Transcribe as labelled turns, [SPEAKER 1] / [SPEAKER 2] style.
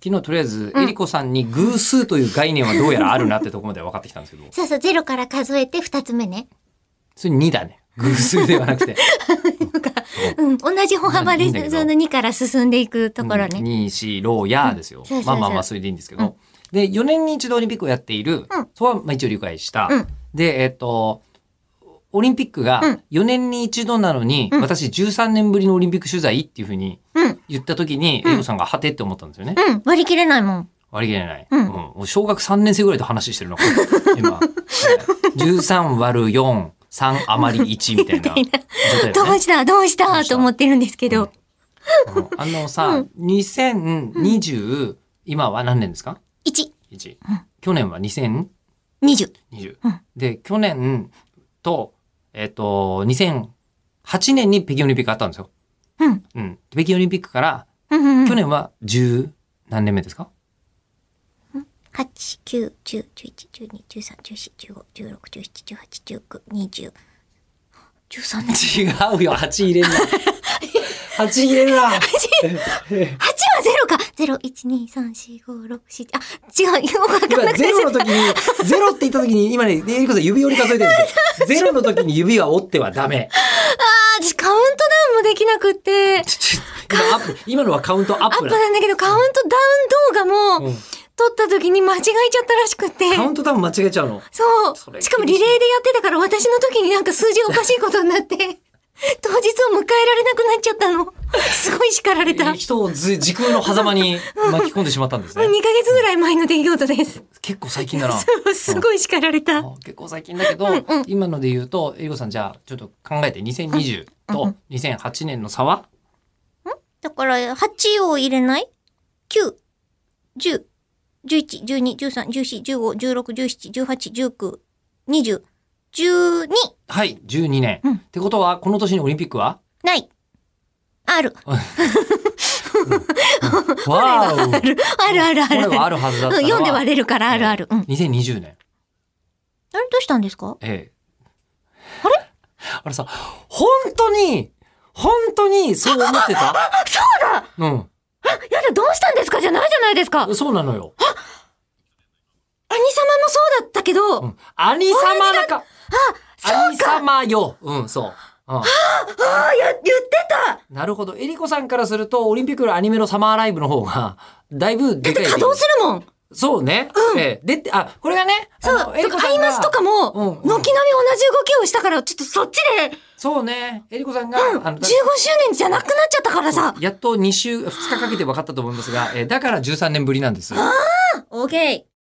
[SPEAKER 1] きのとりあえず、えりこさんに偶数という概念はどうやらあるなってところまでは分かってきたん ですけど、
[SPEAKER 2] そうそう、ゼロから数えて二つ目ね。
[SPEAKER 1] それ2だね。偶数ではなくて。
[SPEAKER 2] なんか、うん、同じ歩幅で
[SPEAKER 1] いいんだけど
[SPEAKER 2] その2から進んでいく ところ
[SPEAKER 1] う
[SPEAKER 2] ね。
[SPEAKER 1] んにしろうやですよ
[SPEAKER 2] そうそうそ。
[SPEAKER 1] ま
[SPEAKER 2] う
[SPEAKER 1] あまあまあ、それでいいんですけ
[SPEAKER 2] うん
[SPEAKER 1] ど。で、4年に一度オリンピックをやっている
[SPEAKER 2] うん。
[SPEAKER 1] そこはまあ一応理解した
[SPEAKER 2] うん。
[SPEAKER 1] で、えっと、オリンピックが
[SPEAKER 2] うん
[SPEAKER 1] 4年に一度なのに、
[SPEAKER 2] うん
[SPEAKER 1] 私13年ぶりのオリンピック取材っていうふうに
[SPEAKER 2] うん。
[SPEAKER 1] 言った時に、
[SPEAKER 2] うん
[SPEAKER 1] エイコさんがはてって思ったんですよね。
[SPEAKER 2] うん、割り切れないもん。
[SPEAKER 1] 割り切れない。
[SPEAKER 2] う
[SPEAKER 1] うんん。もう小学3年生ぐらいと話してるのか。今。13割る4、3余り1みたいな状
[SPEAKER 2] みた
[SPEAKER 1] 態だ
[SPEAKER 2] ど
[SPEAKER 1] よね
[SPEAKER 2] う。したどうし
[SPEAKER 1] ど
[SPEAKER 2] た
[SPEAKER 1] うした
[SPEAKER 2] と思ってるんですけど。
[SPEAKER 1] うんあのさ、2020、今は何年ですか
[SPEAKER 2] 1、
[SPEAKER 1] 1去年は2020
[SPEAKER 2] 20。うん
[SPEAKER 1] で去年とえっ、と2008年に北京オリンピックあったんですよ、
[SPEAKER 2] うん。
[SPEAKER 1] うん、北京オリンピックから
[SPEAKER 2] うんうんうん。
[SPEAKER 1] 去年は10何年目ですか、
[SPEAKER 2] 8、9、10、11、12、13、14、15、16、17、18、19、20。13年。
[SPEAKER 1] 違うよ8入れる な8入れるな
[SPEAKER 2] 8はゼロか !0、1、2、3、4、5、6、7、あ、違う、よくわかんな
[SPEAKER 1] 今
[SPEAKER 2] く
[SPEAKER 1] ゼ
[SPEAKER 2] なっ
[SPEAKER 1] ロ
[SPEAKER 2] ちゃ
[SPEAKER 1] の
[SPEAKER 2] っ
[SPEAKER 1] 時 にゼロって言った時に今ねえりこさん指折り数えてるんですよゼロの時に指は折ってはダメ
[SPEAKER 2] た。私カウントダウンもできなくって。
[SPEAKER 1] ちょ今アップ今のはカウントア
[SPEAKER 2] ア
[SPEAKER 1] ッ
[SPEAKER 2] ッ
[SPEAKER 1] プ
[SPEAKER 2] プ
[SPEAKER 1] だ、
[SPEAKER 2] なんだけど、カウントダウン動画も、
[SPEAKER 1] うん
[SPEAKER 2] 撮った時に間違えちゃったらしくって。
[SPEAKER 1] カウントダウン間違えちゃうのそ
[SPEAKER 2] そう。
[SPEAKER 1] れ
[SPEAKER 2] しかもリレーでやってたから私の時になんか数字おかしいことになって、当 日を迎えられなくなっちゃっ たの。すごい叱られた。2ヶ
[SPEAKER 1] 人をず時空の狭間に巻き込んでしまったんですね。
[SPEAKER 2] 月ぐらい前の出来事 です。
[SPEAKER 1] 結構最近だな。
[SPEAKER 2] そうすごい叱られた。
[SPEAKER 1] 結構最近だけど、今ので言うと、えりこさんじゃあちょっと考えて2020と2008年の差は
[SPEAKER 2] だから、8を入れない ?9、10、11、12、13、14、15、16、17、18、19、20、12、
[SPEAKER 1] はい、12年。
[SPEAKER 2] うん
[SPEAKER 1] ってことは、この年にオリンピック は
[SPEAKER 2] ない。ある。
[SPEAKER 1] わーお
[SPEAKER 2] ある。あるあるあ
[SPEAKER 1] これ
[SPEAKER 2] る
[SPEAKER 1] は
[SPEAKER 2] あ
[SPEAKER 1] あ
[SPEAKER 2] る。
[SPEAKER 1] るはずだ
[SPEAKER 2] う
[SPEAKER 1] っ
[SPEAKER 2] ん、
[SPEAKER 1] たのは。
[SPEAKER 2] 読んで割れるからあるある。うん。あれ
[SPEAKER 1] 2020年。
[SPEAKER 2] どうしたんですか
[SPEAKER 1] ええ。あれあれさ、本当に、本当にそう思ってたそうだ
[SPEAKER 2] やだ、どうしたんですかじゃないじゃないですか。
[SPEAKER 1] うん。そうなのよ。
[SPEAKER 2] 兄様もそうだったけど、
[SPEAKER 1] うん。兄様だか。兄様よ。うん、そう。うん
[SPEAKER 2] ああ、や、言ってた
[SPEAKER 1] なるほど。えりこさんからすると、オリンピックのアニメのサマーライブの方が、だいぶでかい。
[SPEAKER 2] 稼働するもん
[SPEAKER 1] そうね。ええで、あ、これがね、
[SPEAKER 2] そう、
[SPEAKER 1] あのえり
[SPEAKER 2] だ
[SPEAKER 1] こ
[SPEAKER 2] から
[SPEAKER 1] さ
[SPEAKER 2] アイ
[SPEAKER 1] んが
[SPEAKER 2] マスとかも、軒
[SPEAKER 1] うんうん
[SPEAKER 2] 並み同じ動きをしたから、ちょっとそっちで、
[SPEAKER 1] そうね。えりこさんが、あの
[SPEAKER 2] 15周年じゃなくなっちゃったからさ。
[SPEAKER 1] やっと2週、2日かけて分かったと思いますが、えーだから13年ぶりなんです。
[SPEAKER 2] オーケ